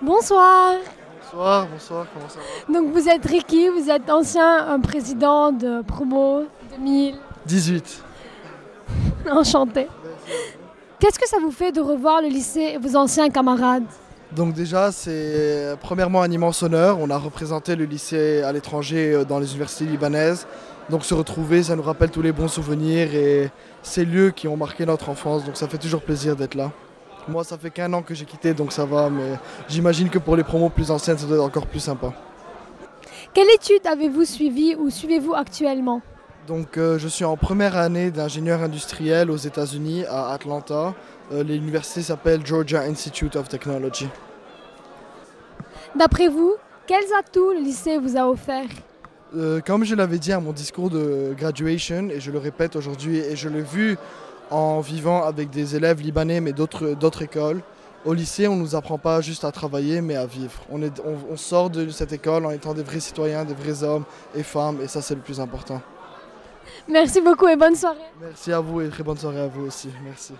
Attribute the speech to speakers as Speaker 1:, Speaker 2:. Speaker 1: Bonsoir.
Speaker 2: Bonsoir, bonsoir, comment ça va
Speaker 1: Donc vous êtes Ricky, vous êtes ancien euh, président de Promo 2000.
Speaker 2: 18.
Speaker 1: Enchanté. Qu'est-ce que ça vous fait de revoir le lycée et vos anciens camarades
Speaker 2: Donc déjà, c'est euh, premièrement un immense honneur. On a représenté le lycée à l'étranger euh, dans les universités libanaises. Donc se retrouver, ça nous rappelle tous les bons souvenirs et ces lieux qui ont marqué notre enfance. Donc ça fait toujours plaisir d'être là. Moi, ça fait qu'un an que j'ai quitté, donc ça va, mais j'imagine que pour les promos plus anciennes, ça doit être encore plus sympa.
Speaker 1: Quelle étude avez-vous suivie ou suivez-vous actuellement
Speaker 2: Donc euh, je suis en première année d'ingénieur industriel aux États-Unis à Atlanta. Euh, L'université s'appelle Georgia Institute of Technology.
Speaker 1: D'après vous, quels atouts le lycée vous a offert
Speaker 2: Euh, comme je l'avais dit à mon discours de graduation, et je le répète aujourd'hui, et je l'ai vu en vivant avec des élèves libanais mais d'autres d'autres écoles, au lycée on ne nous apprend pas juste à travailler mais à vivre. On, est, on, on sort de cette école en étant des vrais citoyens, des vrais hommes et femmes, et ça c'est le plus important.
Speaker 1: Merci beaucoup et bonne soirée.
Speaker 2: Merci à vous et très bonne soirée à vous aussi. Merci.